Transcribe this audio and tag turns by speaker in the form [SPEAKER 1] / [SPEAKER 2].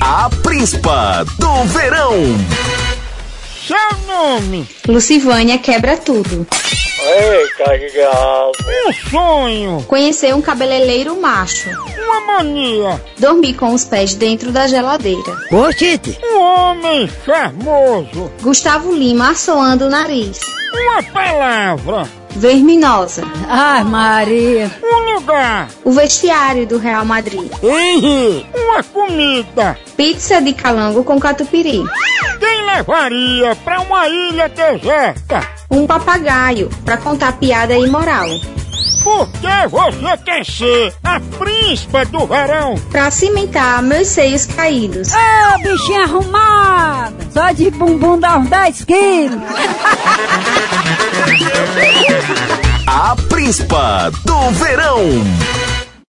[SPEAKER 1] A Príncipa do Verão.
[SPEAKER 2] Seu nome,
[SPEAKER 3] Lucivânia quebra tudo.
[SPEAKER 4] Eita, diabo.
[SPEAKER 2] um sonho,
[SPEAKER 3] Conhecer um cabeleireiro macho.
[SPEAKER 2] uma mania,
[SPEAKER 3] Dormir com os pés dentro da geladeira.
[SPEAKER 5] Ô, Tite,
[SPEAKER 2] um homem charmoso,
[SPEAKER 3] Gustavo Lima assoando o nariz.
[SPEAKER 2] uma palavra,
[SPEAKER 3] Verminosa.
[SPEAKER 5] ai, Maria,
[SPEAKER 2] um lugar,
[SPEAKER 3] O vestiário do Real Madrid.
[SPEAKER 2] uma comida.
[SPEAKER 3] Pizza de calango com catupiry.
[SPEAKER 2] Quem levaria pra uma ilha deserta?
[SPEAKER 3] Um papagaio pra contar piada imoral.
[SPEAKER 2] Por que você quer ser a príncipa do verão?
[SPEAKER 3] Pra cimentar meus seios caídos.
[SPEAKER 5] ô, É, bichinha arrumada, só de bumbum dá uns 10 quilos.
[SPEAKER 1] A Príncipa do Verão.